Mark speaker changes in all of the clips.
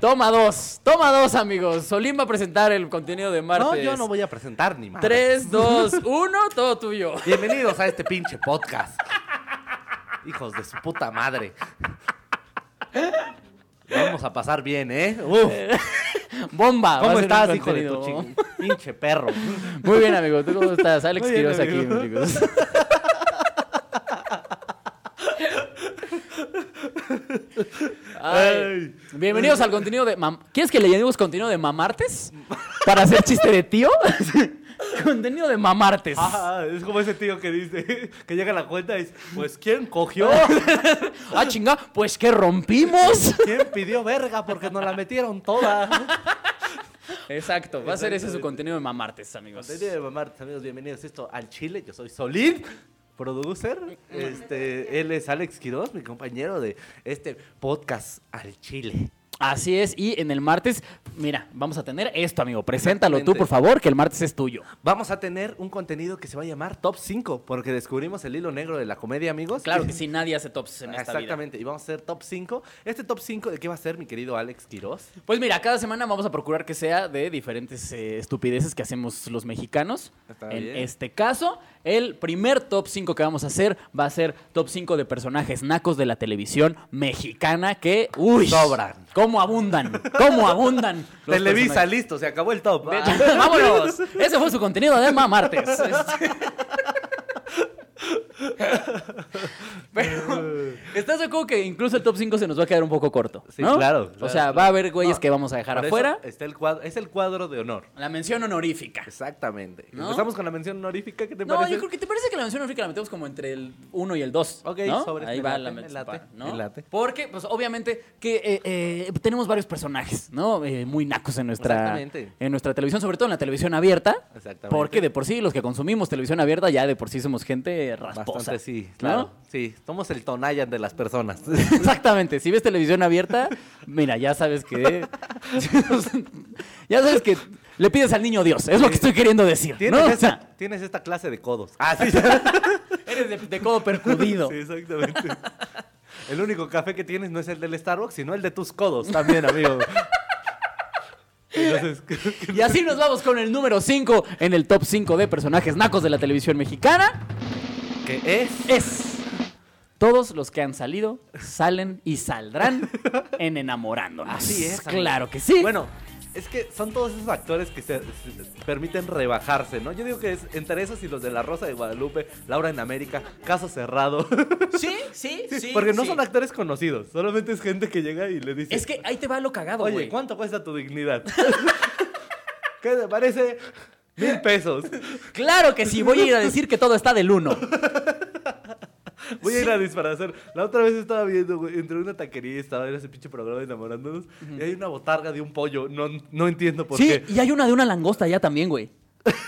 Speaker 1: Toma dos, toma dos, amigos. Solín va a presentar el contenido de martes.
Speaker 2: No, yo no voy a presentar ni más.
Speaker 1: 3, 2, 1, todo tuyo.
Speaker 2: Bienvenidos a este pinche podcast. Hijos de su puta madre. Vamos a pasar bien, ¿eh? Uf,
Speaker 1: Bomba. va a
Speaker 2: ¿Cómo
Speaker 1: ser
Speaker 2: estás,
Speaker 1: un
Speaker 2: hijo de tu
Speaker 1: contenido.
Speaker 2: ching- pinche perro?
Speaker 1: Muy bien, amigo. ¿Tú cómo estás? Alex
Speaker 2: Muy bien,
Speaker 1: Quiroz aquí,
Speaker 2: amigo.
Speaker 1: amigos. Ay. Bienvenidos al contenido de... mam- ¿Quieres que le llamemos contenido de mamartes? ¿Para hacer chiste de tío? contenido de mamartes.
Speaker 2: Ah, es como ese tío que dice, que llega a la cuenta y dice, pues ¿quién cogió?
Speaker 1: Ah, chinga, pues que rompimos.
Speaker 2: ¿Quién pidió verga? Porque nos la metieron toda.
Speaker 1: Exacto, va a ser ese su contenido de mamartes, amigos.
Speaker 2: Contenido de mamar, amigos, bienvenidos esto al Chile. Yo soy Solín, producer. Este, él es Alex Quiroz, mi compañero de este podcast al Chile.
Speaker 1: Así es, y en el martes, mira, vamos a tener esto, amigo. Preséntalo tú,
Speaker 2: Exactamente.
Speaker 1: por favor, que el martes es tuyo.
Speaker 2: Vamos a tener un contenido que se va a llamar Top 5, porque descubrimos el hilo negro de la comedia, amigos.
Speaker 1: Claro que sí, nadie hace tops en esta vida.
Speaker 2: Exactamente, y vamos a hacer top 5. Este top 5, ¿de qué va a ser mi querido Alex Quiroz?
Speaker 1: Pues mira, cada semana vamos a procurar que sea de diferentes eh, estupideces que hacemos los mexicanos.
Speaker 2: Está
Speaker 1: en
Speaker 2: bien.
Speaker 1: este caso, el primer top 5 que vamos a hacer va a ser top 5 de personajes nacos de la televisión mexicana que, uy,
Speaker 2: Sobran.
Speaker 1: ¿Cómo abundan? ¿Cómo abundan? los
Speaker 2: Televisa,
Speaker 1: personajes?
Speaker 2: listo, se acabó el top.
Speaker 1: De-
Speaker 2: Ah.
Speaker 1: ¡Vámonos! Ese fue su contenido de Mamartes. Pero, ¿estás de acuerdo que incluso el top 5 se nos va a quedar un poco corto?
Speaker 2: Sí,
Speaker 1: ¿no?
Speaker 2: claro,
Speaker 1: O
Speaker 2: claro,
Speaker 1: sea, va a haber güeyes
Speaker 2: No,
Speaker 1: que vamos a dejar
Speaker 2: Por eso
Speaker 1: afuera.
Speaker 2: Está el cuadro, es el cuadro de honor.
Speaker 1: La mención honorífica.
Speaker 2: Exactamente.
Speaker 1: ¿No?
Speaker 2: Empezamos con la mención honorífica, ¿qué te
Speaker 1: No,
Speaker 2: parece?
Speaker 1: yo creo que te parece que la mención honorífica la metemos como entre el 1 y el 2.
Speaker 2: Ok,
Speaker 1: ¿no?
Speaker 2: sobre
Speaker 1: Ahí
Speaker 2: me
Speaker 1: va
Speaker 2: late,
Speaker 1: la
Speaker 2: me
Speaker 1: mención.
Speaker 2: late,
Speaker 1: ¿no?
Speaker 2: me late.
Speaker 1: Porque, pues, obviamente, que eh, eh, tenemos varios personajes, ¿no? Eh, muy nacos en nuestra,
Speaker 2: Exactamente.
Speaker 1: en nuestra televisión, sobre todo en la televisión abierta.
Speaker 2: Exactamente.
Speaker 1: Porque de por sí, los que consumimos televisión abierta, ya de por sí somos gente rasposa.
Speaker 2: Bastante, sí,
Speaker 1: ¿no?
Speaker 2: claro. Sí, somos el Tonayan de las personas.
Speaker 1: Exactamente, si ves televisión abierta, mira, ya sabes que. ya sabes que le pides al niño Dios, es lo que estoy queriendo decir. ¿no?
Speaker 2: Tienes,
Speaker 1: O
Speaker 2: esta,
Speaker 1: sea,
Speaker 2: tienes esta clase de codos. Ah, sí.
Speaker 1: eres de, de codo percudido.
Speaker 2: Sí, exactamente. El único café que tienes no es el del Starbucks, sino el de tus codos también, amigo. Entonces,
Speaker 1: Y así nos vamos con el número 5 en el top 5 de personajes nacos de la televisión mexicana.
Speaker 2: ¿qué es?
Speaker 1: Es. Todos los que han salido salen y saldrán en enamorándonos.
Speaker 2: Así es, amigo.
Speaker 1: Claro que sí.
Speaker 2: Bueno, es que son todos esos actores que se, se permiten rebajarse, ¿no? Yo digo que es entre esos y los de La Rosa de Guadalupe, Laura en América, Caso Cerrado.
Speaker 1: sí, sí,
Speaker 2: Porque no
Speaker 1: sí.
Speaker 2: son actores conocidos, solamente es gente que llega y le dice,
Speaker 1: Es que ahí te va lo cagado,
Speaker 2: oye,
Speaker 1: güey.
Speaker 2: ¿cuánto cuesta tu dignidad? ¿Qué te parece? Mil pesos.
Speaker 1: Claro que sí, voy a ir a decir que todo está del uno.
Speaker 2: Voy a ir a disfrazar. La otra vez estaba viendo, güey, entre una taquería y estaba en ese pinche programa de enamorándonos. Y hay una botarga de un pollo. No, no entiendo por
Speaker 1: Sí,
Speaker 2: qué.
Speaker 1: y hay una de una langosta ya también, güey.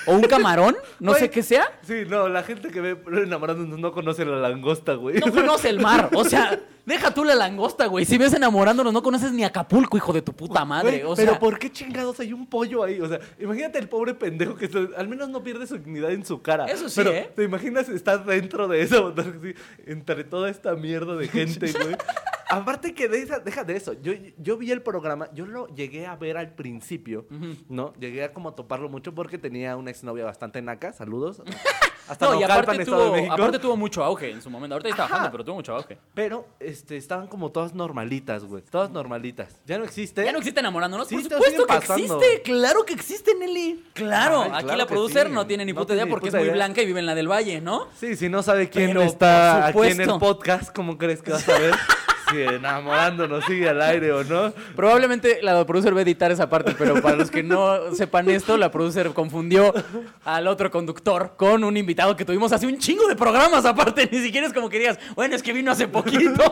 Speaker 1: O un camarón, no sé
Speaker 2: Güey,
Speaker 1: qué sea.
Speaker 2: Sí, no, la gente que ve enamorándonos no conoce la langosta, güey.
Speaker 1: No conoce el mar, o sea, deja tú la langosta, güey. Si ves enamorándonos, no conoces ni Acapulco, hijo de tu puta madre.
Speaker 2: Güey,
Speaker 1: O
Speaker 2: Pero
Speaker 1: sea,
Speaker 2: ¿por qué chingados hay un pollo ahí? O sea, imagínate el pobre pendejo que se- al menos no pierde su dignidad en su cara.
Speaker 1: Eso sí,
Speaker 2: Pero,
Speaker 1: ¿eh?
Speaker 2: ¿Te imaginas estar dentro de esa botarga así, entre toda esta mierda de gente, güey? Aparte que de esa- deja de eso, yo, yo vi el programa, yo lo llegué a ver al principio, ¿no? Llegué a como toparlo mucho porque tenía una exnovia bastante naca, saludos. Hasta
Speaker 1: no, y
Speaker 2: Naucalpan,
Speaker 1: aparte
Speaker 2: Estado de
Speaker 1: tuvo,
Speaker 2: México.
Speaker 1: aparte tuvo mucho auge en su momento. Ahorita está
Speaker 2: Ajá.
Speaker 1: bajando, pero tuvo mucho auge.
Speaker 2: Pero este, estaban como todas normalitas, güey. Todas normalitas. Ya no existe.
Speaker 1: Ya no existe enamorándonos,
Speaker 2: Sí,
Speaker 1: por
Speaker 2: todavía
Speaker 1: supuesto que
Speaker 2: siguen pasando.
Speaker 1: existe, claro que existe, Nelly. Claro,
Speaker 2: Ay,
Speaker 1: aquí
Speaker 2: claro
Speaker 1: la
Speaker 2: que
Speaker 1: producer
Speaker 2: sí.
Speaker 1: no tiene ni
Speaker 2: No
Speaker 1: puta
Speaker 2: tiene
Speaker 1: idea
Speaker 2: ni
Speaker 1: porque
Speaker 2: puta
Speaker 1: es muy
Speaker 2: idea.
Speaker 1: blanca y vive en la del Valle, ¿no?
Speaker 2: Sí, si no sabe quién
Speaker 1: Pero, por
Speaker 2: está aquí en
Speaker 1: supuesto.
Speaker 2: el podcast, ¿cómo crees que vas a ver si enamorándonos sigue al aire o no?
Speaker 1: Probablemente la producer va a editar esa parte, pero para los que no sepan esto, la producer confundió al otro conductor con un invitado que tuvimos hace un chingo de programas aparte, ni siquiera es como que digas, bueno, es que vino hace poquito.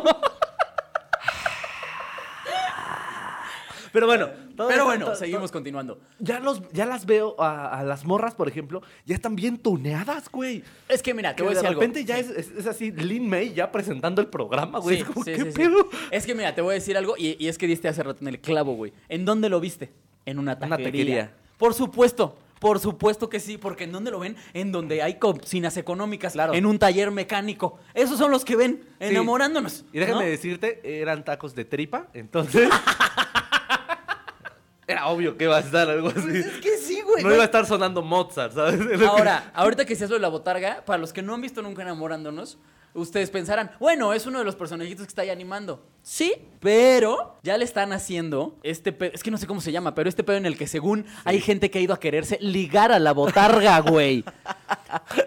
Speaker 2: Pero bueno, todo
Speaker 1: Pero
Speaker 2: esto-
Speaker 1: bueno,
Speaker 2: to-
Speaker 1: seguimos continuando.
Speaker 2: Ya, los, ya las veo a, a las morras, por ejemplo, ya están bien tuneadas, güey.
Speaker 1: Es que mira, te
Speaker 2: Que
Speaker 1: voy a
Speaker 2: de
Speaker 1: decir algo.
Speaker 2: repente ya es, es- es así, Lin May ya presentando el programa, güey.
Speaker 1: Sí,
Speaker 2: es como,
Speaker 1: sí,
Speaker 2: ¿qué
Speaker 1: sí, sí.
Speaker 2: pedo?
Speaker 1: Es que mira, te voy a decir algo y, y es que diste hace rato en el clavo, güey. ¿En dónde lo viste? En una taquería.
Speaker 2: Una taquería.
Speaker 1: Por supuesto. Por supuesto que sí, porque ¿en dónde lo ven? En donde hay cocinas económicas,
Speaker 2: Claro.
Speaker 1: en un taller mecánico. Esos son los que ven enamorándonos.
Speaker 2: Y déjame
Speaker 1: ¿no?
Speaker 2: decirte, eran tacos de tripa, entonces. era obvio que iba a estar algo así.
Speaker 1: Pues es que sí, güey.
Speaker 2: no iba a estar sonando Mozart, ¿sabes? Es lo que-
Speaker 1: Ahora, ahorita que seas lo de la botarga, para los que no han visto nunca enamorándonos, ustedes pensarán, bueno, es uno de los personajitos que está ahí animando. Sí, pero ya le están haciendo este pedo, es que no sé cómo se llama, pero este pedo en el que según hay gente que ha ido a quererse ligar a la botarga, güey.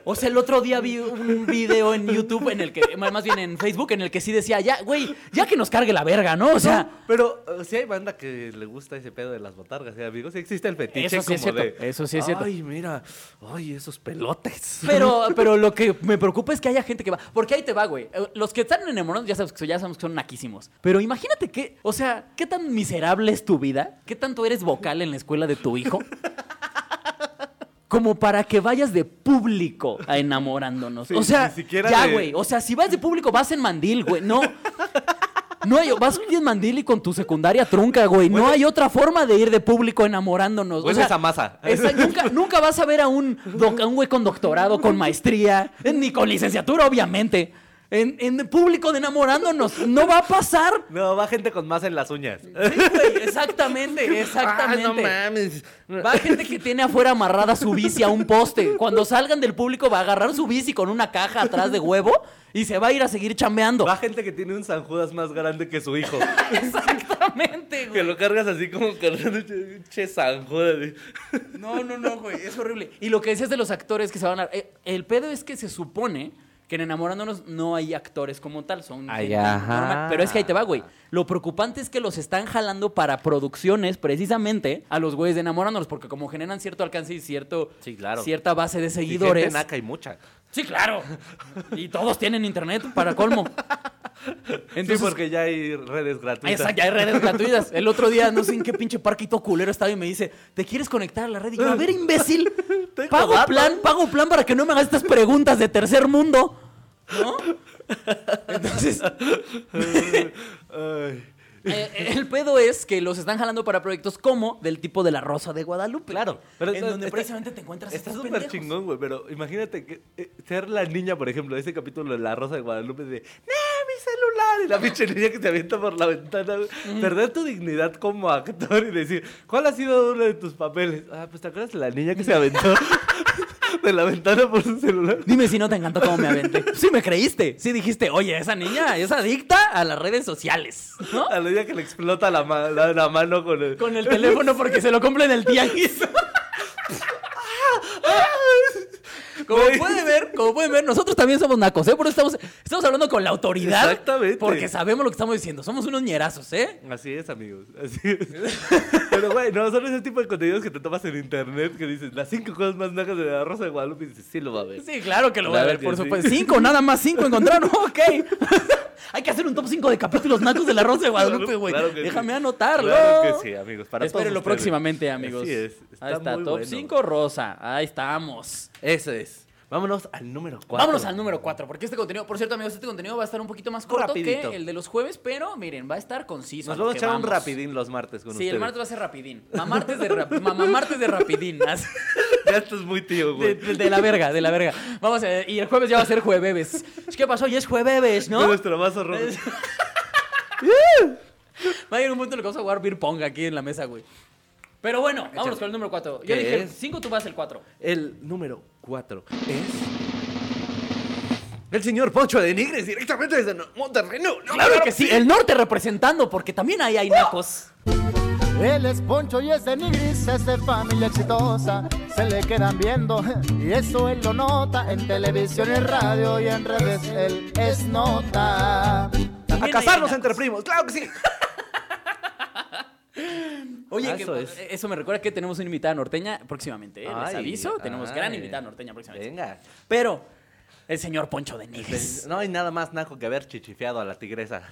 Speaker 1: O sea, el otro día vi un video en YouTube en el que, más bien en Facebook, en el que sí decía, ya, güey, ya que nos cargue la verga, ¿no? O sea,
Speaker 2: Pero si hay banda que le gusta ese pedo de las botargas, ¿eh, amigos. Sí existe el fetiche
Speaker 1: Eso sí es
Speaker 2: como
Speaker 1: cierto,
Speaker 2: de,
Speaker 1: eso sí es cierto.
Speaker 2: Ay, mira, ay, esos pelotes.
Speaker 1: Pero, pero lo que me preocupa es que haya gente que va. Porque ahí te va, güey. Eh, Los que están enamorados ya sabes, que- ya sabemos que son naquísimos. Pero imagínate que, o sea, qué tan miserable es tu vida, qué tanto eres vocal en la escuela de tu hijo. Como para que vayas de público a enamorándonos.
Speaker 2: Sí,
Speaker 1: o sea,
Speaker 2: ni siquiera
Speaker 1: ya,
Speaker 2: de-
Speaker 1: güey. O sea, si vas de público, vas en mandil, güey. No. No hay, vas en mandil y con tu secundaria trunca, güey. No hay otra forma de ir de público enamorándonos.
Speaker 2: Huele esa masa.
Speaker 1: Esa- nunca, nunca vas a ver a un, doc- a un güey con doctorado, con maestría, eh, ni con licenciatura, obviamente. En, en público de enamorándonos. No va a pasar.
Speaker 2: No, va gente con masa en las uñas.
Speaker 1: Sí, güey, exactamente, exactamente.
Speaker 2: Ah, no mames.
Speaker 1: Va gente que tiene afuera amarrada su bici a un poste. Cuando salgan del público va a agarrar su bici con una caja atrás de huevo y se va a ir a seguir chambeando.
Speaker 2: Va gente que tiene un San Judas más grande que su hijo.
Speaker 1: Exactamente,
Speaker 2: que
Speaker 1: güey.
Speaker 2: lo cargas así como cargando che, che San Judas.
Speaker 1: No, no, no, güey, es horrible. Y lo que decías de los actores que se van a... eh, El pedo es que se supone que en Enamorándonos no hay actores como tal, son...
Speaker 2: Ay,
Speaker 1: gente
Speaker 2: ajá.
Speaker 1: normal. Pero es que ahí te va, güey. Lo preocupante es que los están jalando para producciones precisamente a los güeyes de Enamorándonos, porque como generan cierto alcance y cierto,
Speaker 2: Sí, claro.
Speaker 1: cierta base de
Speaker 2: Y
Speaker 1: seguidores...
Speaker 2: gente naca y mucha.
Speaker 1: sí, claro. Y todos tienen internet para colmo. Entonces,
Speaker 2: sí, porque ya hay redes gratuitas.
Speaker 1: Exacto, ya hay redes gratuitas. El otro día, no sé en qué pinche parquito culero estaba y me dice, ¿te quieres conectar a la red? Y yo, a ver, imbécil,
Speaker 2: Tengo
Speaker 1: pago
Speaker 2: datos.
Speaker 1: plan, pago plan para que no me hagas estas preguntas de tercer mundo. ¿No? Entonces,
Speaker 2: Ay.
Speaker 1: eh, el pedo es que los están jalando para proyectos como del tipo de La Rosa de Guadalupe. Claro.
Speaker 2: pero
Speaker 1: en
Speaker 2: está-
Speaker 1: donde
Speaker 2: está-
Speaker 1: precisamente te encuentras
Speaker 2: Está
Speaker 1: estos
Speaker 2: súper
Speaker 1: pendejos.
Speaker 2: chingón, güey, pero imagínate que eh, ser la niña, por ejemplo, de ese capítulo de La Rosa de Guadalupe, de, ¡Nah, mi celular! Y la pinche niña que te avienta por la ventana, güey. Perder tu dignidad como actor y decir, ¿cuál ha sido uno de tus papeles? Ah, pues te acuerdas de la niña que se aventó de la ventana por su celular.
Speaker 1: Dime si no te encantó cómo me aventé. Sí me creíste. Sí dijiste, oye, esa niña es adicta a las redes sociales, ¿no?
Speaker 2: A la niña que le explota la, ma- la- la mano con el...
Speaker 1: Con el teléfono porque se lo compra en el tianguis. Como
Speaker 2: Güey.
Speaker 1: pueden ver, como pueden ver, nosotros también somos nacos, ¿eh? Por eso estamos, estamos hablando con la autoridad.
Speaker 2: Exactamente.
Speaker 1: Porque sabemos lo que estamos diciendo. Somos unos ñerazos, ¿eh?
Speaker 2: Así es, amigos. Así es. Pero, güey, no, son ese tipo de contenidos que te tomas en internet que dices las cinco cosas más nacas de la Rosa de Guadalupe y dices, sí lo va a ver.
Speaker 1: Sí, claro que lo voy a
Speaker 2: Claro
Speaker 1: ver,
Speaker 2: que
Speaker 1: por
Speaker 2: sí.
Speaker 1: supuesto. Cinco, nada más cinco encontraron. Ok. Hay que hacer un top 5 de capítulos nacos de la Rosa de Guadalupe, güey.
Speaker 2: Claro que sí.
Speaker 1: Déjame anotarlo.
Speaker 2: Claro que sí, amigos. Para todos
Speaker 1: Espérenlo
Speaker 2: ustedes.
Speaker 1: próximamente, amigos.
Speaker 2: Así es.
Speaker 1: Ahí está,
Speaker 2: muy
Speaker 1: top
Speaker 2: bueno.
Speaker 1: 5 Rosa. Ahí estamos.
Speaker 2: Eso es. Vámonos al número 4.
Speaker 1: Vámonos al número 4, porque este contenido, por cierto, amigos, este contenido va a estar un poquito más corto
Speaker 2: Rapidito.
Speaker 1: que el de los jueves, pero miren, va a estar conciso.
Speaker 2: Nos
Speaker 1: a lo
Speaker 2: vamos a
Speaker 1: que
Speaker 2: echar un
Speaker 1: vamos.
Speaker 2: rapidín los martes con
Speaker 1: Sí, el
Speaker 2: ustedes.
Speaker 1: martes va a ser rapidín. Mamartes de, rap- mamamartes de rapidín. así.
Speaker 2: Ya esto es muy tío,
Speaker 1: De,
Speaker 2: güey.
Speaker 1: de- de la verga, de la verga. Vamos a y el jueves ya va a ser jueves. ¿Qué pasó? Ya es jueves, ¿no?
Speaker 2: De nuestro vaso rojo.
Speaker 1: Va a llegar un punto en el que vamos a jugar beer pong aquí en la mesa, güey. Pero bueno, vámonos
Speaker 2: Échale.
Speaker 1: con el número 4. Yo
Speaker 2: ¿Qué
Speaker 1: dije el
Speaker 2: es?
Speaker 1: 5, tú vas el 4.
Speaker 2: El número 4 es... El señor Poncho de Nigres directamente desde No- Monterrey. No, no,
Speaker 1: Claro que sí, el norte representando, porque también ahí
Speaker 2: ¡Oh!
Speaker 1: hay nacos.
Speaker 3: Él es Poncho y es de Nigris, es de familia exitosa. Se le quedan viendo y eso él lo nota en televisión, en radio y en redes. Él es nota.
Speaker 2: A
Speaker 1: También hay
Speaker 2: casarnos
Speaker 1: nacos.
Speaker 2: entre primos. Claro que sí.
Speaker 1: Oye,
Speaker 2: Ah,
Speaker 1: que- eso,
Speaker 2: eso es.
Speaker 1: me recuerda que tenemos una invitada norteña próximamente. ¿eh? Les
Speaker 2: Ay,
Speaker 1: aviso, tenemos gran
Speaker 2: ay.
Speaker 1: invitada norteña próximamente.
Speaker 2: Venga.
Speaker 1: Pero el señor Poncho de Nigres.
Speaker 2: Pues, eh, No hay nada más naco que haber chichifeado a la tigresa.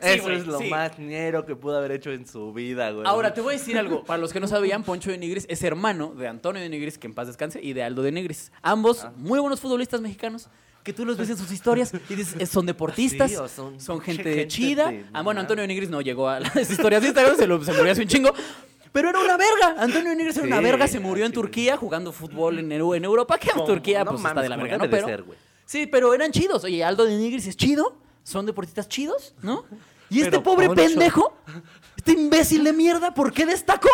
Speaker 2: Eso
Speaker 1: güey,
Speaker 2: es lo
Speaker 1: sí.
Speaker 2: más ñero que pudo haber hecho en su vida, güey.
Speaker 1: Ahora te voy a decir algo. Para los que no sabían, Poncho de Nigris es hermano de Antonio de Nigris, que en paz descanse, y de Aldo de Nigris. Ambos
Speaker 2: Ah.
Speaker 1: muy buenos futbolistas mexicanos. Que tú los ves en sus historias y dices, eh, son deportistas,
Speaker 2: Sí, o
Speaker 1: son,
Speaker 2: son
Speaker 1: gente,
Speaker 2: gente
Speaker 1: chida.
Speaker 2: de-
Speaker 1: Ah, bueno, Antonio de Nigris no llegó a las historias de Instagram, se, lo, se murió hace un chingo. Pero era una verga. Antonio de Nigris era una
Speaker 2: Sí,
Speaker 1: verga, se murió en
Speaker 2: sí.
Speaker 1: Turquía jugando fútbol en, Eu- en Europa. Que en
Speaker 2: Como-
Speaker 1: Turquía
Speaker 2: no
Speaker 1: pues está
Speaker 2: mames,
Speaker 1: de la
Speaker 2: como
Speaker 1: verga, ¿no?
Speaker 2: debe de
Speaker 1: Pero,
Speaker 2: ser, güey.
Speaker 1: Sí, pero eran chidos. Oye, Aldo de Nigris es chido. Son deportistas chidos, ¿no? Y este
Speaker 2: Pero,
Speaker 1: pobre
Speaker 2: Poncho.
Speaker 1: pendejo, este imbécil de mierda, ¿por qué destacó?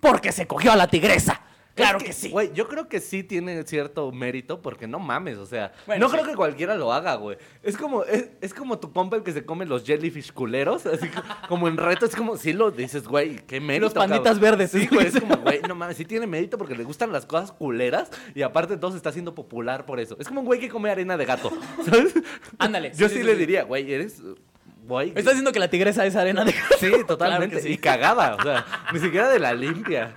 Speaker 1: Porque se cogió a la tigresa. Claro
Speaker 2: Es
Speaker 1: que, sí.
Speaker 2: Güey, yo creo que sí tiene cierto mérito porque no mames, o sea,
Speaker 1: Bueno,
Speaker 2: no
Speaker 1: sí.
Speaker 2: creo que cualquiera lo haga, güey. Es como es, es como tu compa el que se come los jellyfish culeros, así que, como en reto, es como si lo dices, güey, qué mérito.
Speaker 1: Los panditas
Speaker 2: cabrón.
Speaker 1: verdes.
Speaker 2: Sí, güey, es como, güey, no mames, sí tiene mérito porque le gustan las cosas culeras y aparte entonces está siendo popular por eso. Es como un güey que come arena de gato, ¿sabes?
Speaker 1: Ándale,
Speaker 2: Yo
Speaker 1: sí,
Speaker 2: sí,
Speaker 1: sí,
Speaker 2: le
Speaker 1: sí.
Speaker 2: diría, güey, eres eh, güey.
Speaker 1: Estás diciendo que la tigresa es arena de...
Speaker 2: Sí, totalmente.
Speaker 1: Claro que sí.
Speaker 2: Y cagada, o sea, ni siquiera de la limpia.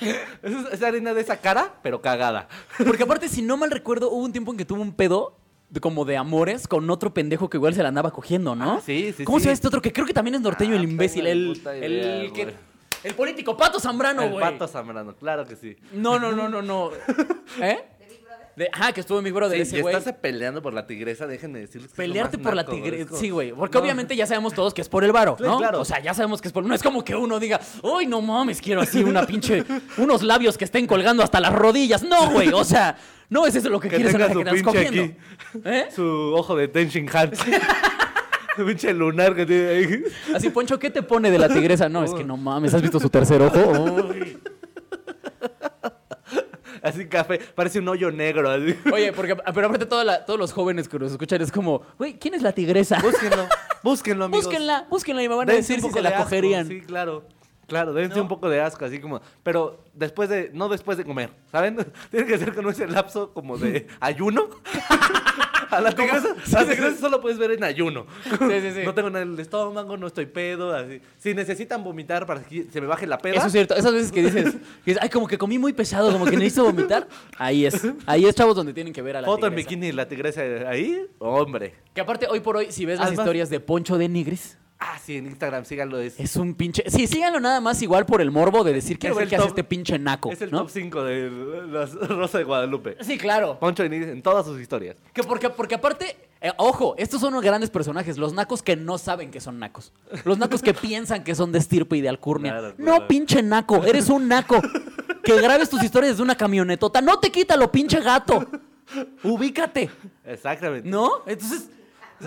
Speaker 2: Es, es arena de esa cara, pero cagada.
Speaker 1: Porque aparte, si no mal recuerdo, hubo un tiempo en que tuvo un pedo de- como de amores con otro pendejo que igual se la andaba cogiendo, ¿no?
Speaker 2: Ah, sí, sí,
Speaker 1: ¿Cómo
Speaker 2: sí.
Speaker 1: se llama este otro que creo que también es norteño
Speaker 2: Ah,
Speaker 1: el
Speaker 2: tengo
Speaker 1: imbécil?
Speaker 2: ni
Speaker 1: El,
Speaker 2: puta
Speaker 1: el
Speaker 2: idea,
Speaker 1: que-
Speaker 2: güey.
Speaker 1: el político Pato Zambrano,
Speaker 2: el
Speaker 1: güey.
Speaker 2: pato Zambrano, claro que sí.
Speaker 1: No, no, no, no, no. ¿Eh? De, ajá, que estuvo en Big Brother
Speaker 2: Sí,
Speaker 1: ese
Speaker 2: y
Speaker 1: güey.
Speaker 2: estás peleando por la tigresa, déjenme decirles. que es lo
Speaker 1: Pelearte
Speaker 2: más
Speaker 1: por la
Speaker 2: naco, güey, es
Speaker 1: tigresa.
Speaker 2: como-
Speaker 1: Sí, güey. Porque
Speaker 2: No.
Speaker 1: obviamente ya sabemos todos que es por el varo,
Speaker 2: Sí,
Speaker 1: ¿no?
Speaker 2: claro.
Speaker 1: O sea, ya sabemos que es por. No es como que uno diga, ¡ay, no mames! Quiero así una pinche. unos labios que estén colgando hasta las rodillas. No, güey. O sea, no es eso lo que,
Speaker 2: Que
Speaker 1: quieres en la que
Speaker 2: tenga su
Speaker 1: te andas
Speaker 2: pinche
Speaker 1: cogiendo.
Speaker 2: aquí,
Speaker 1: ¿Eh?
Speaker 2: su ojo de Tenshin Han. Su pinche lunar que tiene ahí.
Speaker 1: Así, Poncho, ¿qué te pone de la tigresa? No, es que no mames, ¿has visto su tercer ojo?
Speaker 2: Así café, parece un hoyo negro. Así.
Speaker 1: Oye, porque, ah, pero aparte toda la- todos los jóvenes que nos escuchan es como, güey, ¿quién es la tigresa?
Speaker 2: Búsquenlo, búsquenlo, Pues, amigos.
Speaker 1: Búsquenla, búsquenla y me van a
Speaker 2: Dense
Speaker 1: decir
Speaker 2: un
Speaker 1: si
Speaker 2: poco
Speaker 1: se
Speaker 2: de
Speaker 1: la
Speaker 2: asco,
Speaker 1: cogerían.
Speaker 2: Sí, claro. Claro, dense un poco de asco, así como. Pero después de. No después de comer, ¿saben? Tiene que ser con ese lapso como de ayuno. A la tigresa, a la tigresa solo puedes ver en ayuno.
Speaker 1: Sí, sí, sí.
Speaker 2: No tengo nada en el estómago, no estoy pedo. Así. Si necesitan vomitar para que se me baje la peda.
Speaker 1: Eso es cierto, esas veces que dices, que dices, ay, como que comí muy pesado, como que necesito vomitar, ahí es, ahí es, chavos, donde tienen que ver a la
Speaker 2: Foto en
Speaker 1: tigresa.
Speaker 2: bikini y la tigresa ahí. Hombre.
Speaker 1: Que aparte, hoy por hoy, si ves las
Speaker 2: Además-
Speaker 1: historias de Poncho de Nigris,
Speaker 2: Ah, sí, en Instagram, síganlo. Es,
Speaker 1: es un pinche... Sí, síganlo nada más igual por el morbo de decir, quiero
Speaker 2: Es
Speaker 1: ver
Speaker 2: el
Speaker 1: qué hace
Speaker 2: top-
Speaker 1: este pinche naco,
Speaker 2: es el
Speaker 1: ¿no?
Speaker 2: top 5 de las Rosa de Guadalupe.
Speaker 1: Sí, claro.
Speaker 2: Poncho en, en todas sus historias.
Speaker 1: Que porque, porque aparte, eh, ojo, estos son unos grandes personajes, los nacos que no saben que son nacos. Los nacos que piensan que son de estirpe y de alcurnia.
Speaker 2: Claro,
Speaker 1: No,
Speaker 2: claro.
Speaker 1: pinche naco, eres un naco. Que grabes tus historias desde una camionetota. No te quítalo, pinche gato. Ubícate.
Speaker 2: Exactamente.
Speaker 1: ¿No? Entonces.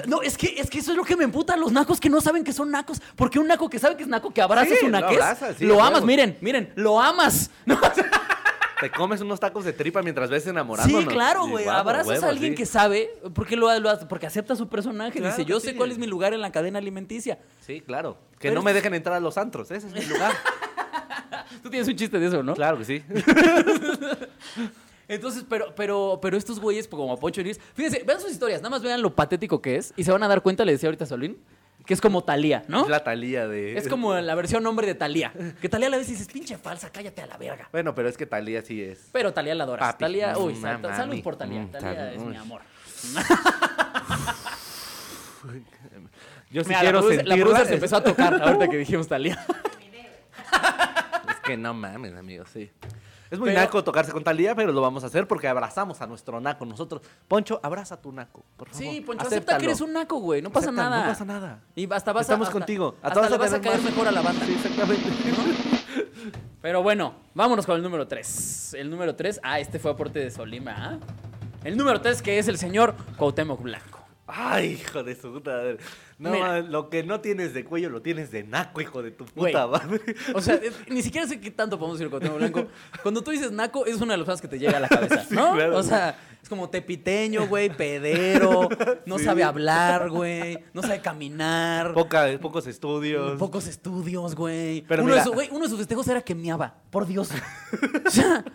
Speaker 1: No, es que, es que eso es lo que me emputa. Los nacos que no saben que son nacos. Porque un naco que sabe que es naco, que abraza
Speaker 2: Sí,
Speaker 1: su
Speaker 2: lo
Speaker 1: naquez, lo,
Speaker 2: abraza, sí, a
Speaker 1: amas.
Speaker 2: huevo.
Speaker 1: Miren, miren, lo amas. ¿No?
Speaker 2: Te comes unos tacos de tripa mientras ves enamorándonos.
Speaker 1: Sí, claro,
Speaker 2: Y
Speaker 1: güey.
Speaker 2: guau,
Speaker 1: Abrazas
Speaker 2: huevo,
Speaker 1: a alguien
Speaker 2: sí.
Speaker 1: que sabe, porque lo, lo hace- porque acepta su personaje.
Speaker 2: Claro
Speaker 1: dice, yo
Speaker 2: que
Speaker 1: sé
Speaker 2: sí.
Speaker 1: cuál es mi lugar en la cadena alimenticia.
Speaker 2: Sí, claro. Que
Speaker 1: Pero-
Speaker 2: no me dejen entrar a los antros. Ese es mi lugar.
Speaker 1: Tú tienes un chiste de eso, ¿no?
Speaker 2: claro que sí.
Speaker 1: Entonces, pero, pero, pero estos güeyes, pues, como Poncho Iris, fíjense, vean sus historias, nada más vean lo patético que es, y se van a dar cuenta, le decía ahorita a Solín, que es como Talía, ¿no?
Speaker 2: Es la talía de.
Speaker 1: Es como la versión hombre de Talía. Que Talía a la vez dices, pinche falsa, cállate a la verga.
Speaker 2: Bueno, pero es que talía sí es.
Speaker 1: Pero Talía la adoras.
Speaker 2: Papi.
Speaker 1: Talía, uy,
Speaker 2: Mm,
Speaker 1: sal-
Speaker 2: mami.
Speaker 1: salud por Talía.
Speaker 2: Mm,
Speaker 1: Talía
Speaker 2: salud.
Speaker 1: es
Speaker 2: Uy.
Speaker 1: mi amor.
Speaker 2: Yo
Speaker 1: Mira,
Speaker 2: sí
Speaker 1: la
Speaker 2: quiero
Speaker 1: producer- la
Speaker 2: sentirla.
Speaker 1: producer se empezó a tocar ahorita que dijimos Talía.
Speaker 2: Es que no mames, amigo, sí. Es muy
Speaker 1: Pero-
Speaker 2: naco tocarse con talía, pero lo vamos a hacer porque abrazamos a nuestro naco nosotros. Poncho, abraza a tu naco, por favor.
Speaker 1: Sí, Poncho, acepta que
Speaker 2: Acéptalo.
Speaker 1: eres un naco, güey. No pasa
Speaker 2: Acéptalo,
Speaker 1: nada.
Speaker 2: no pasa nada.
Speaker 1: Y hasta vas
Speaker 2: Estamos
Speaker 1: a, hasta-
Speaker 2: contigo. A
Speaker 1: hasta
Speaker 2: todas
Speaker 1: le
Speaker 2: las
Speaker 1: vas a
Speaker 2: demás.
Speaker 1: caer mejor a la banda.
Speaker 2: Sí, exactamente.
Speaker 1: Pero bueno, vámonos con el número 3. El número 3, ah, este fue aporte de Solima. ¿ah? El número 3 que es el señor Cuauhtémoc Blanco.
Speaker 2: Ay, hijo de su puta madre. No,
Speaker 1: Mira.
Speaker 2: mames, lo que no tienes de cuello lo tienes de naco, hijo de tu
Speaker 1: Güey.
Speaker 2: puta madre.
Speaker 1: O sea, es- ni siquiera sé qué tanto podemos decir de Cuauhtémoc Blanco. Cuando tú dices naco, es una de las cosas que te llega a la cabeza, ¿no?
Speaker 2: claro.
Speaker 1: O sea, es como tepiteño, güey, pedero, no sabe hablar, güey, no sabe caminar.
Speaker 2: Poca- pocos estudios.
Speaker 1: Pocos estudios, güey.
Speaker 2: Pero
Speaker 1: uno, de
Speaker 2: mira-
Speaker 1: su- güey, uno de sus festejos era que miaba. Por Dios. O sea,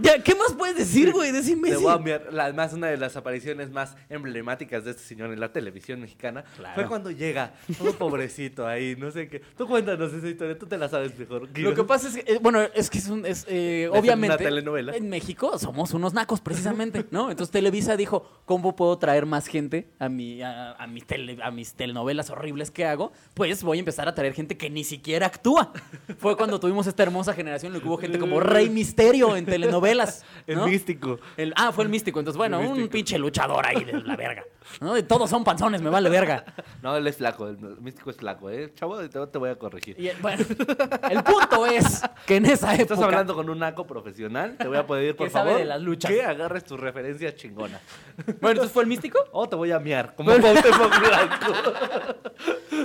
Speaker 1: ya, ¿qué más puedes decir, güey? De ese
Speaker 2: Te
Speaker 1: imbécil?
Speaker 2: voy a enviar, la- además, una de las apariciones más emblemáticas de este señor en la televisión mexicana
Speaker 1: Claro.
Speaker 2: fue cuando llega todo pobrecito ahí, no sé qué. Tú cuéntanos esa historia, tú te la sabes mejor.
Speaker 1: Lo
Speaker 2: Guido.
Speaker 1: que pasa es que, eh, bueno, es que es un, es, eh,
Speaker 2: Es una
Speaker 1: obviamente,
Speaker 2: telenovela.
Speaker 1: en México somos unos nacos precisamente, ¿no? Entonces Televisa dijo, ¿cómo puedo traer más gente a, mi, a, a mi tele- a mis telenovelas horribles que hago? Pues voy a empezar a traer gente que ni siquiera actúa. Fue cuando tuvimos esta hermosa generación en la que hubo gente como Rey Misterio, Emilio en telenovelas.
Speaker 2: El
Speaker 1: ¿no?
Speaker 2: místico.
Speaker 1: El- ah, fue el místico. Entonces, bueno,
Speaker 2: El
Speaker 1: un
Speaker 2: místico.
Speaker 1: pinche luchador ahí de la verga. ¿no? Y todos son panzones, me vale verga.
Speaker 2: No, él es flaco, el místico es flaco, ¿eh? Chavo, te, te voy a corregir.
Speaker 1: Y, bueno, el punto es que en esa época.
Speaker 2: Estás hablando con un naco profesional, te voy a pedir, por
Speaker 1: Que sabe
Speaker 2: favor,
Speaker 1: de las luchas.
Speaker 2: que agarres tus referencias chingonas.
Speaker 1: Bueno, entonces fue el místico.
Speaker 2: O Oh, te voy a miar, como Cuauhtémoc Blanco.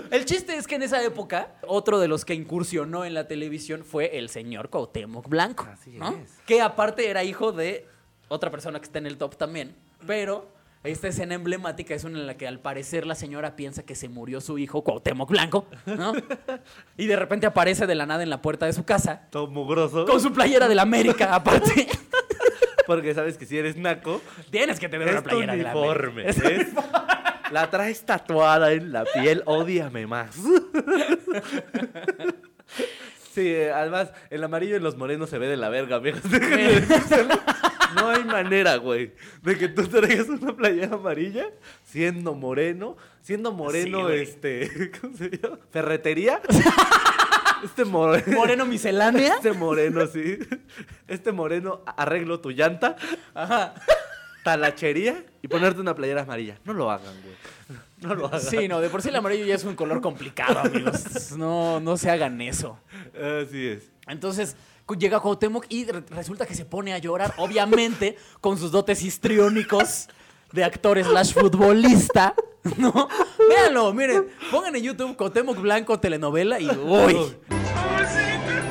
Speaker 1: El chiste es que en esa época, otro de los que incursionó en la televisión fue el señor Cuauhtémoc Blanco.
Speaker 2: Así
Speaker 1: ¿no?
Speaker 2: es.
Speaker 1: Que aparte era hijo de otra persona que está en el top también. Pero esta escena emblemática es una en la que al parecer la señora piensa que se murió su hijo Cuauhtémoc Blanco, ¿no? y de repente aparece de la nada en la puerta de su casa
Speaker 2: Todo mugroso.
Speaker 1: con su playera del América aparte.
Speaker 2: Porque sabes que si eres naco,
Speaker 1: Tienes que tener una
Speaker 2: es tu
Speaker 1: playera del América.
Speaker 2: uniforme. ¿ves? La traes tatuada en la piel, ódiame más. Sí, eh, además, el amarillo en los morenos se ve de la verga, viejo. Déjenme decírselo. No hay manera, güey, de que tú traigas una playera amarilla siendo moreno, siendo moreno,
Speaker 1: güey.
Speaker 2: este, ¿cómo se llama? ¿Ferretería? Este moreno,
Speaker 1: Moreno miscelánea.
Speaker 2: este moreno, sí. Este moreno, arreglo tu llanta,
Speaker 1: Ajá.
Speaker 2: talachería y ponerte una playera amarilla. No lo hagan, güey. No lo hagan.
Speaker 1: Sí, no, de por sí el amarillo ya es un color complicado, amigos. No, no se hagan eso.
Speaker 2: Así es.
Speaker 1: Entonces cu- llega Cuauhtémoc y re- resulta que se pone a llorar, obviamente, con sus dotes histriónicos de actor slash futbolista, ¿no? Véanlo, miren, pongan en YouTube Cuauhtémoc Blanco telenovela y ¡uy!
Speaker 4: Mamacita.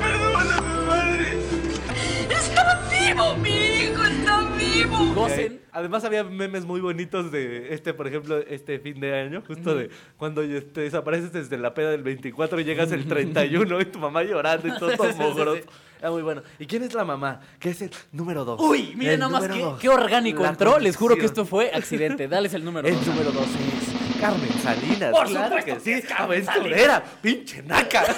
Speaker 4: Perdóname, madre. Está vivo, mi hijo, está vivo.
Speaker 1: Gocen.
Speaker 2: Además había memes muy bonitos de este, por ejemplo, este fin de año, justo de cuando ya te desapareces desde la peda del 24 y llegas el 31 y tu mamá llorando y todo,
Speaker 1: Sí,
Speaker 2: todo
Speaker 1: sí, sí,
Speaker 2: mugroso.
Speaker 1: sí.
Speaker 2: Era muy bueno. ¿Y quién es la mamá? Que es el número 2.
Speaker 1: Uy, miren nada más qué, qué orgánico entró. Les juro que esto fue accidente. Dales el número.
Speaker 2: El
Speaker 1: dos.
Speaker 2: número 2 es Carmen Salinas.
Speaker 1: Por
Speaker 2: claro
Speaker 1: supuesto
Speaker 2: que
Speaker 1: que
Speaker 2: sí,
Speaker 1: es Carmen
Speaker 2: aventurera, pinche naca.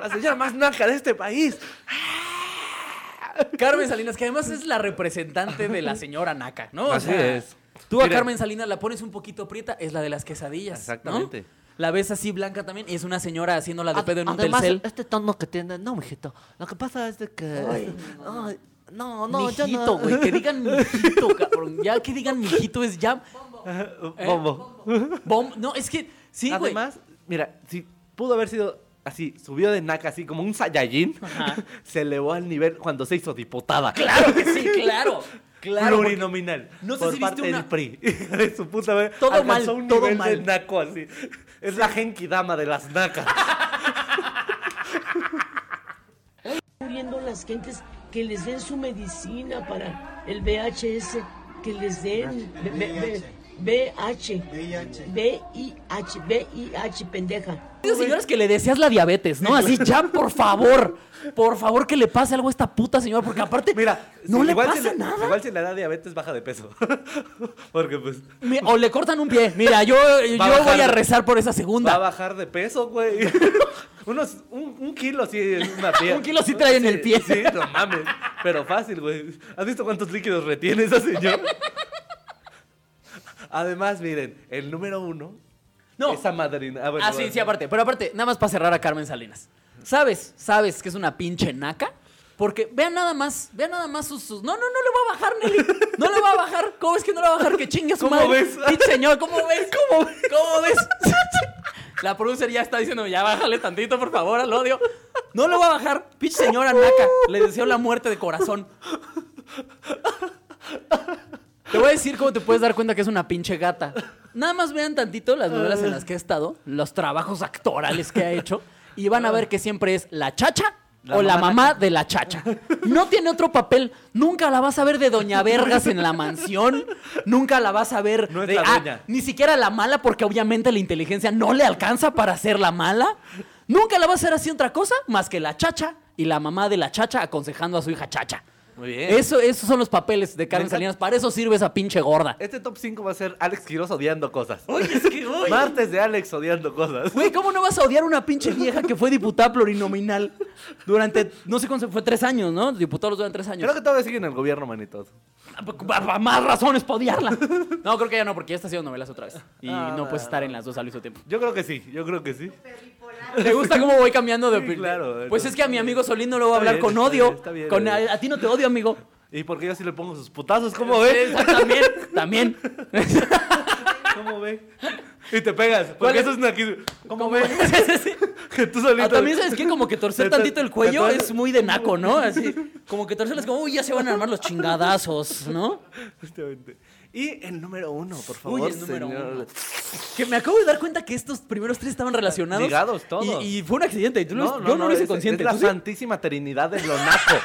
Speaker 2: la señora más naca de este país.
Speaker 1: Carmen Salinas, que además es la representante de la señora Naca, ¿no?
Speaker 2: Así es.
Speaker 1: Tú a
Speaker 2: Mira.
Speaker 1: Carmen Salinas la pones un poquito prieta, es la de las quesadillas. ¿no?
Speaker 2: Exactamente.
Speaker 1: La ves así blanca también y es una señora haciéndola de
Speaker 5: Ad-
Speaker 1: pedo en un
Speaker 5: además,
Speaker 1: telcel.
Speaker 5: este tono que tiene, no, mijito, lo que pasa es de que... Ay, no, no, yo
Speaker 1: mijito,
Speaker 5: no...
Speaker 1: güey, que digan mijito, cabrón. Ya que digan mijito es ya. ¿Eh?
Speaker 2: Bombo.
Speaker 1: Bom- No, es que sí, güey.
Speaker 2: Además, mira, si pudo haber sido así, subió de naca así como un Saiyajin,
Speaker 1: Ajá.
Speaker 2: se elevó al nivel cuando se hizo diputada.
Speaker 1: Claro que sí, claro. Claro. porque-
Speaker 2: Plurinominal.
Speaker 1: No sé
Speaker 2: por
Speaker 1: si viste
Speaker 2: parte del
Speaker 1: una-
Speaker 2: PRI. Hija de su puta madre.
Speaker 1: Todo
Speaker 2: alcanzó
Speaker 1: mal,
Speaker 2: un
Speaker 1: todo
Speaker 2: nivel de
Speaker 1: mal.
Speaker 2: naco así. Es la Genki Dama de las nacas.
Speaker 6: muriendo las gentes que les den su medicina para el VHS, que les den
Speaker 2: Ah,
Speaker 6: B- B- B- VH, VIH, VIH, pendeja.
Speaker 1: Esas señoras que le deseas la diabetes, ¿no? Así, ya, por favor. Por favor, que le pase algo a esta puta señora, porque aparte.
Speaker 2: Mira,
Speaker 1: no
Speaker 2: si-
Speaker 1: le
Speaker 2: igual
Speaker 1: pasa
Speaker 2: si le-
Speaker 1: nada.
Speaker 2: Igual si le da diabetes, baja de peso. Porque pues.
Speaker 1: Mi- O le cortan un pie. Mira, yo, yo
Speaker 2: Va a bajar
Speaker 1: voy a
Speaker 2: de-
Speaker 1: rezar por esa
Speaker 2: Va a
Speaker 1: segunda.
Speaker 2: bajar de peso, güey. Unos, un, un kilo sí es una pie.
Speaker 1: Un kilo sí trae en el pie.
Speaker 2: Sí, no mames. Pero fácil, güey. ¿Has visto cuántos líquidos retiene esa señora? Además, miren, el número uno.
Speaker 1: No.
Speaker 2: Esa madrina. Ah, bueno,
Speaker 1: Ah, sí,
Speaker 2: bueno.
Speaker 1: sí, aparte. Pero aparte, nada más para cerrar a Carmen Salinas. ¿Sabes? ¿Sabes que es una pinche naca? Porque vean nada más, vean nada más sus, sus- No, no, no le va a bajar, Nelly. No le va a bajar. ¿Cómo es que no le va a bajar? Que chingue su
Speaker 2: ¿Cómo
Speaker 1: madre.
Speaker 2: ves?
Speaker 1: Pinche señor, ¿cómo ves? ¿Cómo ves? La producer ya está diciendo, ya bájale tantito, por favor, al odio. No lo va a bajar. Pinche señora naca. Le deseo la muerte de corazón. Te voy a decir cómo te puedes dar cuenta que es una pinche gata. Nada más vean tantito las novelas en las que ha estado, los trabajos actorales que ha hecho, y van a ver que siempre es la chacha
Speaker 2: La
Speaker 1: o la
Speaker 2: mamá
Speaker 1: mamá de la chacha. No tiene otro papel. Nunca la vas a ver de Doña Vergas en la mansión. Nunca la vas a ver
Speaker 2: No es
Speaker 1: de.
Speaker 2: la
Speaker 1: ah,
Speaker 2: doña.
Speaker 1: ni siquiera la mala, porque obviamente la inteligencia no le alcanza para ser la mala. Nunca la vas a hacer así otra cosa más que la chacha y la mamá de la chacha aconsejando a su hija chacha.
Speaker 2: Muy bien.
Speaker 1: Eso, esos son los papeles de Carmen
Speaker 2: encanta.
Speaker 1: Salinas. Para eso sirve esa pinche gorda.
Speaker 2: Este top 5 va a ser Alex Quiroz odiando cosas.
Speaker 1: Oye, es que, oye.
Speaker 2: Martes de Alex odiando cosas.
Speaker 1: Güey, ¿cómo no vas a odiar a una pinche vieja que fue diputada plurinominal durante, no sé cuánto, fue tres años, ¿no? Diputados duran tres años. Ah,
Speaker 2: Creo que todavía siguen en el gobierno, manitos.
Speaker 1: Pa- pa- Más razones para odiarla. No, creo que ya no, porque ya está haciendo novelas otra vez. Y
Speaker 2: Ah,
Speaker 1: no puedes
Speaker 2: bueno.
Speaker 1: estar en las dos al mismo tiempo.
Speaker 2: Yo creo que sí, yo creo que sí.
Speaker 1: ¿Te gusta cómo voy cambiando de
Speaker 2: Sí,
Speaker 1: opinión?
Speaker 2: claro,
Speaker 1: pues
Speaker 2: no,
Speaker 1: es que a mi amigo Solín no lo voy a
Speaker 2: está
Speaker 1: hablar
Speaker 2: bien,
Speaker 1: con
Speaker 2: está
Speaker 1: odio.
Speaker 2: bien, está bien,
Speaker 1: con,
Speaker 2: está bien.
Speaker 1: a, a ti no te odio, amigo.
Speaker 2: ¿Y porque yo sí le pongo sus putazos? ¿Cómo ve?
Speaker 1: Esa También, también.
Speaker 2: ¿Cómo ve? Y te pegas. Porque
Speaker 1: es?
Speaker 2: eso es una... aquí- ¿Cómo ve?
Speaker 1: Sí, sí.
Speaker 2: Que tú solito...
Speaker 1: Ah, también sabes que como que torcer
Speaker 2: Entonces-
Speaker 1: tantito el cuello
Speaker 2: entonces-
Speaker 1: es muy de naco, ¿no? Así, como que torcerles como, uy, ya se van a armar los chingadazos, ¿no?
Speaker 2: Justamente. Y el número uno, por favor,
Speaker 1: Uy, el número
Speaker 2: señor.
Speaker 1: uno. Que me acabo de dar cuenta que estos primeros tres estaban relacionados.
Speaker 2: Ligados todos.
Speaker 1: Y, y fue un accidente. Y tú lo- yo no, lo
Speaker 2: es-
Speaker 1: hice consciente.
Speaker 2: Es la
Speaker 1: ¿tú sí?
Speaker 2: santísima trinidad de lo naco.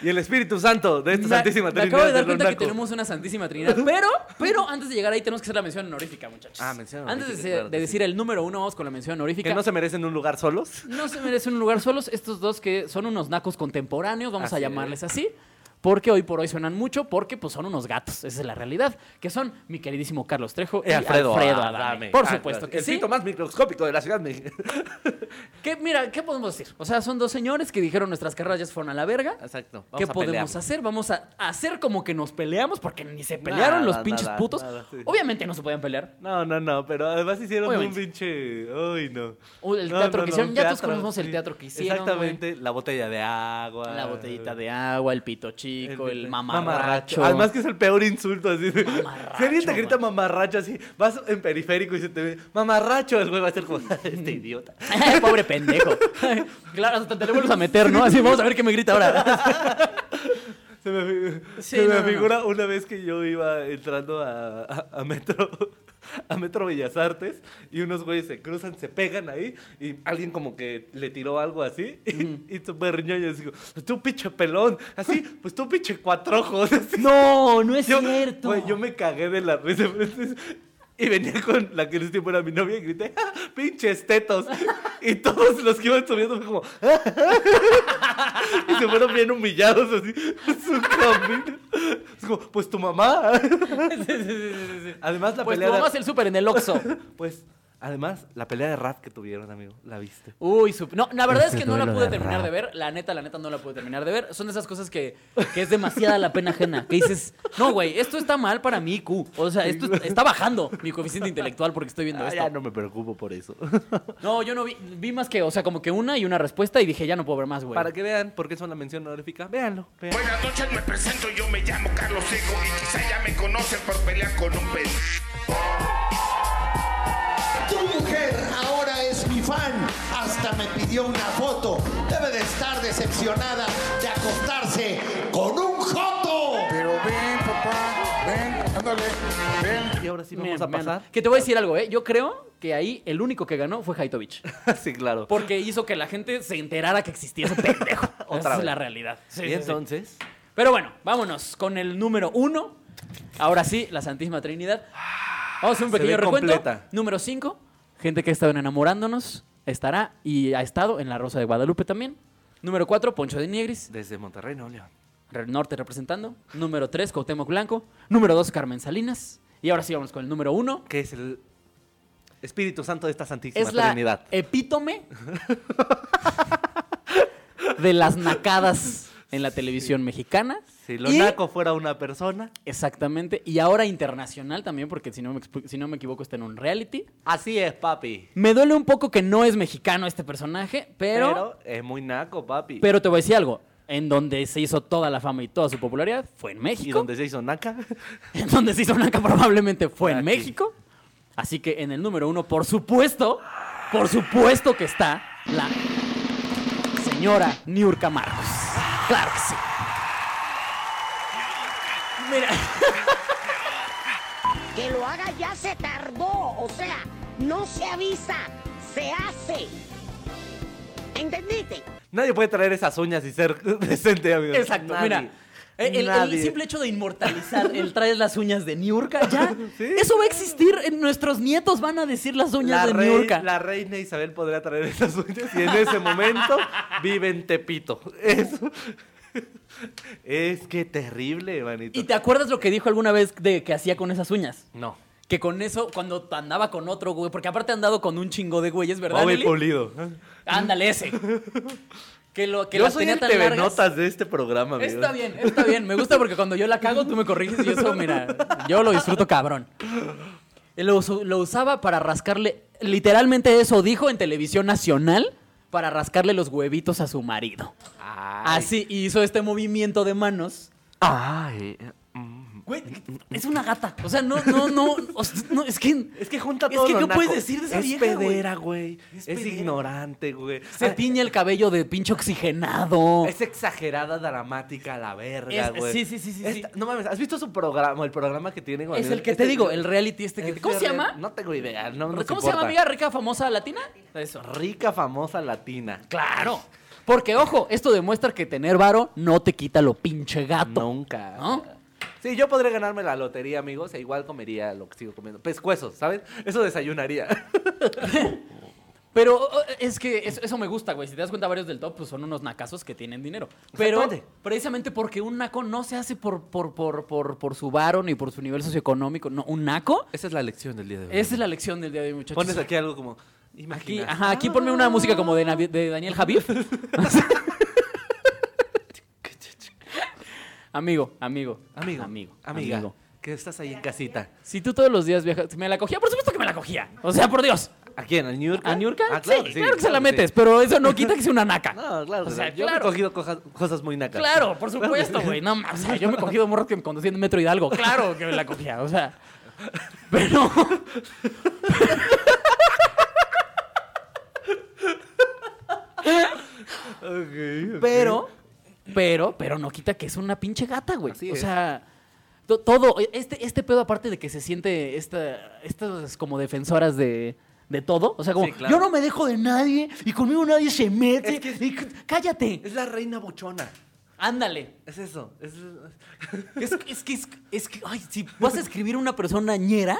Speaker 2: Y el Espíritu Santo de esta
Speaker 1: Me-
Speaker 2: santísima
Speaker 1: me
Speaker 2: trinidad
Speaker 1: acabo de dar
Speaker 2: lo
Speaker 1: cuenta que
Speaker 2: naco.
Speaker 1: tenemos una santísima trinidad. Pero, pero antes de llegar ahí tenemos que hacer la mención honorífica, muchachos.
Speaker 2: Ah, mención
Speaker 1: Antes de,
Speaker 2: honorífica,
Speaker 1: ser-
Speaker 2: claro que
Speaker 1: de
Speaker 2: sí.
Speaker 1: decir el número uno, vamos con la mención honorífica.
Speaker 2: Que no se merecen un lugar solos.
Speaker 1: No se merecen un lugar solos. Estos dos que son unos nacos contemporáneos, vamos a
Speaker 2: Así
Speaker 1: llamarles así. Porque hoy por hoy suenan mucho, porque pues son unos gatos. Esa es la realidad. Que son mi queridísimo Carlos Trejo
Speaker 2: Eh,
Speaker 1: y, Eh, Alfredo, Adame. Por supuesto que
Speaker 2: Ah, el
Speaker 1: sí.
Speaker 2: pito más microscópico de la ciudad. de México.
Speaker 1: Que, mira, ¿qué podemos decir? O sea, son dos señores que dijeron nuestras carreras ya se fueron a la verga.
Speaker 2: Exacto.
Speaker 1: ¿Qué
Speaker 2: Vamos a
Speaker 1: podemos
Speaker 2: pelearnos.
Speaker 1: hacer? Vamos a hacer como que nos peleamos porque ni se pelearon
Speaker 2: Nada,
Speaker 1: los pinches
Speaker 2: nada,
Speaker 1: putos.
Speaker 2: nada, sí.
Speaker 1: Obviamente no se podían pelear.
Speaker 2: No, no, no, pero además hicieron
Speaker 1: Obviamente.
Speaker 2: un pinche. Uy, no.
Speaker 1: O el
Speaker 2: No,
Speaker 1: teatro
Speaker 2: no,
Speaker 1: que
Speaker 2: no,
Speaker 1: hicieron.
Speaker 2: un
Speaker 1: Ya todos conocemos el teatro que hicieron. güey.
Speaker 2: Exactamente, la botella de agua.
Speaker 1: La botellita de agua, el pito chico, el, mamarracho.
Speaker 2: Además que es el peor insulto así. de-
Speaker 1: Mamarracho,
Speaker 2: si alguien te grita
Speaker 1: güey.
Speaker 2: mamarracho así, vas en periférico y se te ve mamarracho, el güey va a ser como este idiota.
Speaker 1: Pobre pendejo. claro, hasta te le vuelves a meter, ¿no? Así vamos a ver qué me grita ahora.
Speaker 2: Se me, fi-
Speaker 1: Sí,
Speaker 2: se me
Speaker 1: no, no,
Speaker 2: figura una vez que yo iba entrando a, a- a Metro a Metro Bellas Artes y unos güeyes se cruzan, se pegan ahí y alguien como que le tiró algo así y, y súper ñoño, así digo, "Pues tú pinche pelón, así, pues tú pinche cuatro ojos. así.
Speaker 1: no, no es
Speaker 2: Yo-
Speaker 1: cierto.
Speaker 2: güey, yo me cagué de la risa. entonces, Y venía con la que en ese tiempo era mi novia y grité, "¡Ah, pinches tetos. Y todos los que iban subiendo fue como, "Ah". y se fueron bien humillados así. Su camino. Es como, pues tu mamá.
Speaker 1: Sí, sí, sí, sí, sí.
Speaker 2: Además, la
Speaker 1: Pues tu
Speaker 2: pelea. de-
Speaker 1: mamá es el súper en el Oxxo.
Speaker 2: Pues, además, la pelea de rap que tuvieron, amigo, la viste.
Speaker 1: Uy, sup- no, la verdad es
Speaker 5: Ese
Speaker 1: que no la
Speaker 5: Este duelo
Speaker 1: pude
Speaker 5: de
Speaker 1: terminar
Speaker 5: rap.
Speaker 1: de ver. La neta, la neta no la pude terminar de ver. Son de esas cosas que, que es demasiada la pena ajena. Que dices, no, güey, esto está mal para mi IQ. O sea, esto está bajando mi coeficiente intelectual porque estoy viendo
Speaker 2: Ah,
Speaker 1: esto.
Speaker 2: ya no me preocupo por eso.
Speaker 1: No, yo no vi, vi más que, o sea, como que una y una respuesta y dije, ya no puedo ver más, güey.
Speaker 2: Para que vean por qué son la mención honorífica, véanlo. véanlo.
Speaker 7: Buenas noches, me presento, yo me llamo Carlos Seco y quizá ya me conocen por pelear con un pez.
Speaker 8: Tu mujer ahora es mi fan. Hasta me pidió una foto. Debe de estar decepcionada de acostarse con un joto.
Speaker 9: Pero ven, papá, ven, ándale, ven.
Speaker 2: Y ahora sí
Speaker 1: Mira,
Speaker 2: vamos a
Speaker 1: mano,
Speaker 2: pasar.
Speaker 1: Que te voy a decir algo, ¿eh? Yo creo que ahí el único que ganó fue Haitovich.
Speaker 2: sí, claro.
Speaker 1: Porque hizo que la gente se enterara que existía ese pendejo.
Speaker 2: Otra
Speaker 1: Esa es
Speaker 2: vez.
Speaker 1: la realidad. Sí, sí,
Speaker 2: y
Speaker 1: sí.
Speaker 2: entonces.
Speaker 1: Pero bueno, vámonos con el número uno. Ahora sí, la Santísima Trinidad. Vamos a hacer un
Speaker 2: Se
Speaker 1: pequeño
Speaker 2: ve
Speaker 1: recuento.
Speaker 2: completa.
Speaker 1: Número cinco, gente que ha estado en enamorándonos, estará y ha estado en La Rosa de Guadalupe también. Número cuatro, Poncho de Niegris,
Speaker 2: Desde Monterrey, no, León.
Speaker 1: Re- Norte representando. Número tres, Cuauhtémoc Blanco. Número dos, Carmen Salinas. Y ahora sí vamos con el número uno.
Speaker 2: Que es el Espíritu Santo de esta Santísima
Speaker 1: es la e-
Speaker 2: Trinidad.
Speaker 1: epítome de las nacadas en la televisión mexicana.
Speaker 2: Si lo
Speaker 1: Y-
Speaker 2: naco fuera una persona.
Speaker 1: Exactamente. Y ahora internacional también, porque si no me, expu- si no me equivoco está en un reality.
Speaker 2: Así es, papi.
Speaker 1: Me duele un poco que no es mexicano este personaje, pero, pero,
Speaker 2: Pero es muy naco, papi.
Speaker 1: te voy a decir algo. En donde se hizo toda la fama y toda su popularidad fue en México.
Speaker 2: ¿Y donde se hizo naca?
Speaker 1: En donde se hizo blanca probablemente fue en
Speaker 2: Aquí.
Speaker 1: México. Así que en el número uno, por supuesto, por supuesto que está la señora Niurka Marcos. Claro que sí. Mira.
Speaker 10: Que lo haga ya se tardó, o sea, no se avisa, se hace. ¿Entendiste?
Speaker 2: Nadie puede traer esas uñas y ser decente, amigo.
Speaker 1: Exacto,
Speaker 2: Nadie.
Speaker 1: mira. Eh, El, el- el
Speaker 2: Nadie.
Speaker 1: simple hecho de inmortalizar el traes las uñas de Niurka, ya.
Speaker 2: Sí.
Speaker 1: Eso va a existir. en- Nuestros nietos van a decir las uñas
Speaker 2: La,
Speaker 1: de
Speaker 2: rei-
Speaker 1: Niurka.
Speaker 2: la reina Isabel podría traer esas uñas y en ese momento vive en Tepito. Eso. Es que terrible, manito.
Speaker 1: ¿Y te acuerdas lo que dijo alguna vez de que hacía con esas uñas?
Speaker 2: No.
Speaker 1: Que con eso, cuando andaba con otro güey, porque aparte ha andado con un chingo de güeyes, ¿verdad?
Speaker 2: Bobby
Speaker 1: Nelly?
Speaker 2: Pulido.
Speaker 1: Ándale ese. Que lo que
Speaker 2: Yo
Speaker 1: las
Speaker 2: soy
Speaker 1: tenía
Speaker 2: el
Speaker 1: tan
Speaker 2: TV
Speaker 1: largas.
Speaker 2: Notas de este programa, amigo.
Speaker 1: Está bien, está bien. Me gusta porque cuando yo la cago, tú me corriges y eso, mira, yo lo disfruto cabrón. Lo, us- lo usaba para rascarle, literalmente eso dijo en televisión nacional, para rascarle los huevitos a su marido. Así hizo este movimiento de manos.
Speaker 5: Ay.
Speaker 1: Güey, es una gata. O sea, no, no, no, o sea, no, es que...
Speaker 2: Es que junta
Speaker 1: Es
Speaker 2: todo
Speaker 1: que,
Speaker 2: lo
Speaker 1: ¿qué puedes
Speaker 2: naco.
Speaker 1: decir de esa
Speaker 2: es
Speaker 1: vieja, güey?
Speaker 2: pedera, güey. Es,
Speaker 1: pedera.
Speaker 2: ignorante, güey.
Speaker 1: Se
Speaker 2: Ah,
Speaker 1: tiñe el cabello de pinche oxigenado.
Speaker 2: Es exagerada, dramática, la verga,
Speaker 1: Es-
Speaker 2: güey.
Speaker 1: sí, sí, sí, sí,
Speaker 2: Esta- No mames, ¿has visto su programa? El programa que tiene con
Speaker 1: Es el que te digo, el reality este que...
Speaker 2: Este
Speaker 1: ¿Cómo se
Speaker 2: real-
Speaker 1: llama?
Speaker 2: No tengo idea. No, nos
Speaker 1: ¿Cómo se llama,
Speaker 2: importa.
Speaker 1: amiga rica, famosa, latina? Eso.
Speaker 2: Rica, famosa latina.
Speaker 1: Claro. Porque, ojo, esto demuestra que tener varo no te quita lo pinche gato.
Speaker 2: Nunca.
Speaker 1: ¿No?
Speaker 2: Sí, yo podría ganarme la lotería, amigos, e igual comería lo que sigo comiendo. Pescuezos, ¿sabes? Eso desayunaría.
Speaker 1: Pero o- o, es que eso, eso me gusta, güey. Si te das cuenta, varios del top pues, son unos nacazos que tienen dinero. Pero
Speaker 2: Exactamente.
Speaker 1: precisamente porque un naco no se hace por, por, por, por, por su varo ni por su nivel socioeconómico. No, un naco.
Speaker 2: Esa es la lección del día de
Speaker 1: Esa es la lección del día de hoy, muchachos.
Speaker 2: Pones aquí algo como.
Speaker 1: Aquí,
Speaker 2: Imagina.
Speaker 1: ajá, aquí ponme una música como de, Navi- de Daniel Javier. amigo, amigo.
Speaker 2: Amigo,
Speaker 1: Amigo.
Speaker 2: amiga,
Speaker 1: amigo.
Speaker 2: que estás ahí en casita.
Speaker 1: Si tú todos los días viajas, me la cogía, por supuesto que me la cogía. O sea, por Dios.
Speaker 2: ¿A quién? ¿A New York?
Speaker 1: ¿A Niurka?
Speaker 2: Ah,
Speaker 1: claro, sí, claro que se la metes, pero eso no quita que sea una naca.
Speaker 2: No, claro.
Speaker 1: O
Speaker 2: que
Speaker 1: sea,
Speaker 2: sí. yo me he
Speaker 1: claro.
Speaker 2: cogido coja- cosas muy nacas.
Speaker 1: Claro, por supuesto, güey. No, ma- o sea, yo me he cogido morro que me conducía en Metro Hidalgo. Claro que me la cogía, o sea. Pero. Pero, pero, pero no quita que es una pinche gata, güey.
Speaker 2: Así
Speaker 1: o
Speaker 2: es.
Speaker 1: sea, to- todo, este, este pedo aparte de que se siente esta, estas como defensoras de, de todo. O sea, como,
Speaker 2: Sí, claro.
Speaker 1: yo no me dejo de nadie y conmigo nadie se mete.
Speaker 2: Es que-
Speaker 1: y c- cállate.
Speaker 2: Es la reina buchona.
Speaker 1: Ándale.
Speaker 2: Es eso. Es...
Speaker 1: Es, es que, es, es que, ay, si vas a escribir una persona ñera,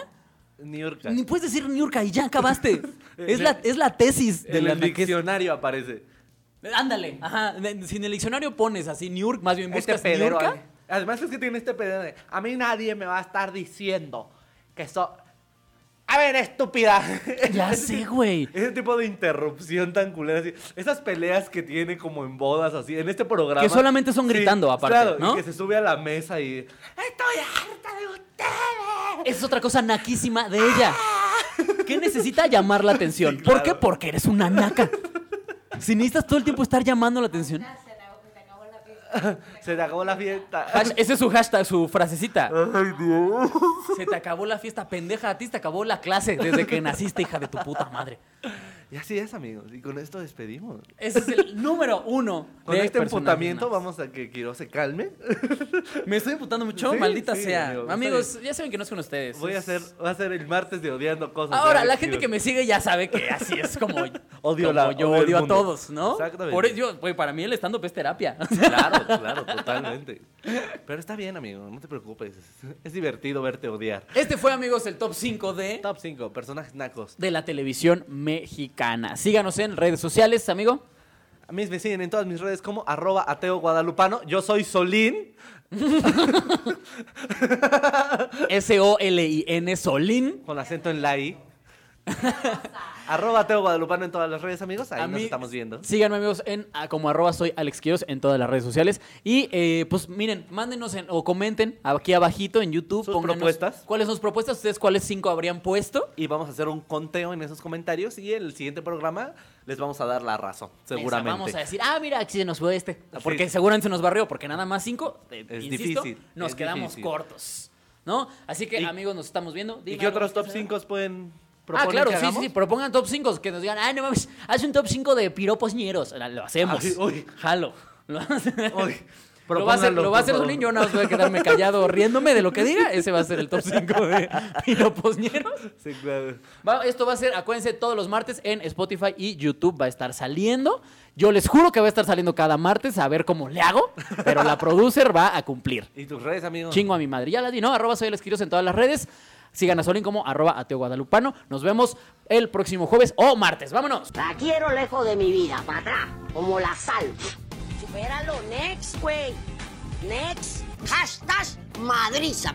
Speaker 2: New York.
Speaker 1: ni puedes decir ñurca y ya acabaste. Es la, es la tesis de
Speaker 2: En
Speaker 1: la
Speaker 2: el diccionario aparece.
Speaker 1: Ándale, ajá. Si en el diccionario pones así ñurca, más bien buscas
Speaker 2: este pedero.
Speaker 1: ñurca.
Speaker 2: ahí. Además es que tiene este pedero de, a mí nadie me va a estar diciendo que eso... A ver, estúpida.
Speaker 1: Ya
Speaker 2: Ese
Speaker 1: sé,
Speaker 2: tipo-
Speaker 1: güey.
Speaker 2: Ese tipo de interrupción tan culera. Así, esas peleas que tiene como en bodas, así, en este programa.
Speaker 1: Que solamente son gritando, aparte,
Speaker 2: Claro, y
Speaker 1: ¿no?
Speaker 2: que se sube a la mesa y...
Speaker 1: Es otra cosa naquísima de ella. Que necesita llamar la atención.
Speaker 2: Sí,
Speaker 1: ¿Por qué?
Speaker 2: claro.
Speaker 1: Porque eres una naca. Si necesitas todo el tiempo estar llamando la atención.
Speaker 2: Se te acabó la fiesta.
Speaker 1: Hash- ese es su hashtag, su frasecita. Se te acabó la fiesta, pendeja. A ti se te acabó la clase desde que naciste, hija de tu puta madre.
Speaker 2: Y así es, amigos. Y con esto despedimos.
Speaker 1: Ese es el número uno.
Speaker 2: Con
Speaker 1: de
Speaker 2: este
Speaker 1: personajes
Speaker 2: emputamiento
Speaker 1: nacos.
Speaker 2: vamos a que Quiro se calme.
Speaker 1: Me estoy emputando mucho,
Speaker 2: Sí,
Speaker 1: maldita
Speaker 2: sí,
Speaker 1: sea.
Speaker 2: amigo, está
Speaker 1: Amigos, ya saben que no es con ustedes.
Speaker 2: Voy a
Speaker 1: Es-
Speaker 2: hacer, va a ser el martes de odiando cosas.
Speaker 1: Ahora,
Speaker 2: de
Speaker 1: la
Speaker 2: Alex
Speaker 1: gente
Speaker 2: Quiroz.
Speaker 1: que me sigue ya sabe que así es como,
Speaker 2: Odio
Speaker 1: como
Speaker 2: la-
Speaker 1: yo
Speaker 2: odio el
Speaker 1: odio a
Speaker 2: mundo.
Speaker 1: todos, ¿no?
Speaker 2: Exactamente.
Speaker 1: Por eso, yo- güey, para mí el estando es terapia.
Speaker 2: Claro, claro, totalmente. Pero está bien, amigo, no te preocupes. Es divertido verte odiar.
Speaker 1: Este fue, amigos, el top 5 de,
Speaker 2: Top 5, personajes nacos.
Speaker 1: de la televisión mexicana. Síganos en redes sociales, amigo.
Speaker 2: A mí me siguen en todas mis redes como arroba ateo guadalupano. Yo soy Solín.
Speaker 1: S-O-L-I-N Solín.
Speaker 2: Con acento en la I. arroba ateo guadalupano en todas las redes, amigos. Ahí
Speaker 1: A
Speaker 2: nos
Speaker 1: mí-
Speaker 2: estamos viendo.
Speaker 1: Síganme, amigos, en ah, como arroba soy Alex Quiroz en todas las redes sociales. Y eh, pues miren, mándenos en- o comenten aquí abajito en YouTube.
Speaker 2: Sus
Speaker 1: pónganos
Speaker 2: propuestas.
Speaker 1: ¿Cuáles son sus propuestas? ¿Ustedes cuáles cinco habrían puesto?
Speaker 2: Y vamos a hacer un conteo en esos comentarios y en el siguiente programa les vamos a dar la razón, seguramente.
Speaker 1: Esa, Vamos a decir, ah, mira, aquí se nos fue este. Porque
Speaker 2: Sí.
Speaker 1: seguramente se nos barrió, porque nada más cinco, eh,
Speaker 2: Es
Speaker 1: insisto,
Speaker 2: difícil,
Speaker 1: nos
Speaker 2: es
Speaker 1: quedamos
Speaker 2: difícil.
Speaker 1: cortos. ¿No? Así que,
Speaker 2: ¿Y-
Speaker 1: amigos, nos estamos viendo.
Speaker 2: ¿Y
Speaker 1: Dime
Speaker 2: qué
Speaker 1: algo
Speaker 2: otros
Speaker 1: más
Speaker 2: top
Speaker 1: que hacer.
Speaker 2: 5 pueden
Speaker 1: Ah,
Speaker 2: proponer
Speaker 1: claro,
Speaker 2: que
Speaker 1: sí, sí,
Speaker 2: hagamos?
Speaker 1: sí, propongan top 5, que nos digan, ay, no mames, haz un top 5 de piropos ñeros. La- Lo hacemos.
Speaker 2: Ah, sí, uy.
Speaker 1: Jalo. Lo, hace-
Speaker 2: Uy,
Speaker 1: Lo va a hacer,
Speaker 2: propónganlo,
Speaker 1: lo va a
Speaker 2: por
Speaker 1: hacer
Speaker 2: favor.
Speaker 1: Solín, yo nada más voy a quedarme callado riéndome de lo que diga. Ese va a ser el top 5 de piropos ñeros.
Speaker 2: Sí, claro.
Speaker 1: Va- esto va a ser, acuérdense, todos los martes en Spotify y YouTube va a estar saliendo. Yo les juro que va a estar saliendo cada martes a ver cómo le hago, pero la producer va a cumplir.
Speaker 2: ¿Y tus redes, amigos?
Speaker 1: Chingo a mi madre. Ya la di, ¿no? Arroba soy Alex Quiroz en todas las redes. Sigan a Solín como arroba ateo guadalupano. Nos vemos el próximo jueves o martes. ¡Vámonos!
Speaker 10: La quiero lejos de mi vida, para atrás, como la sal. Supéralo, next, güey. Next. Hashtag madriza.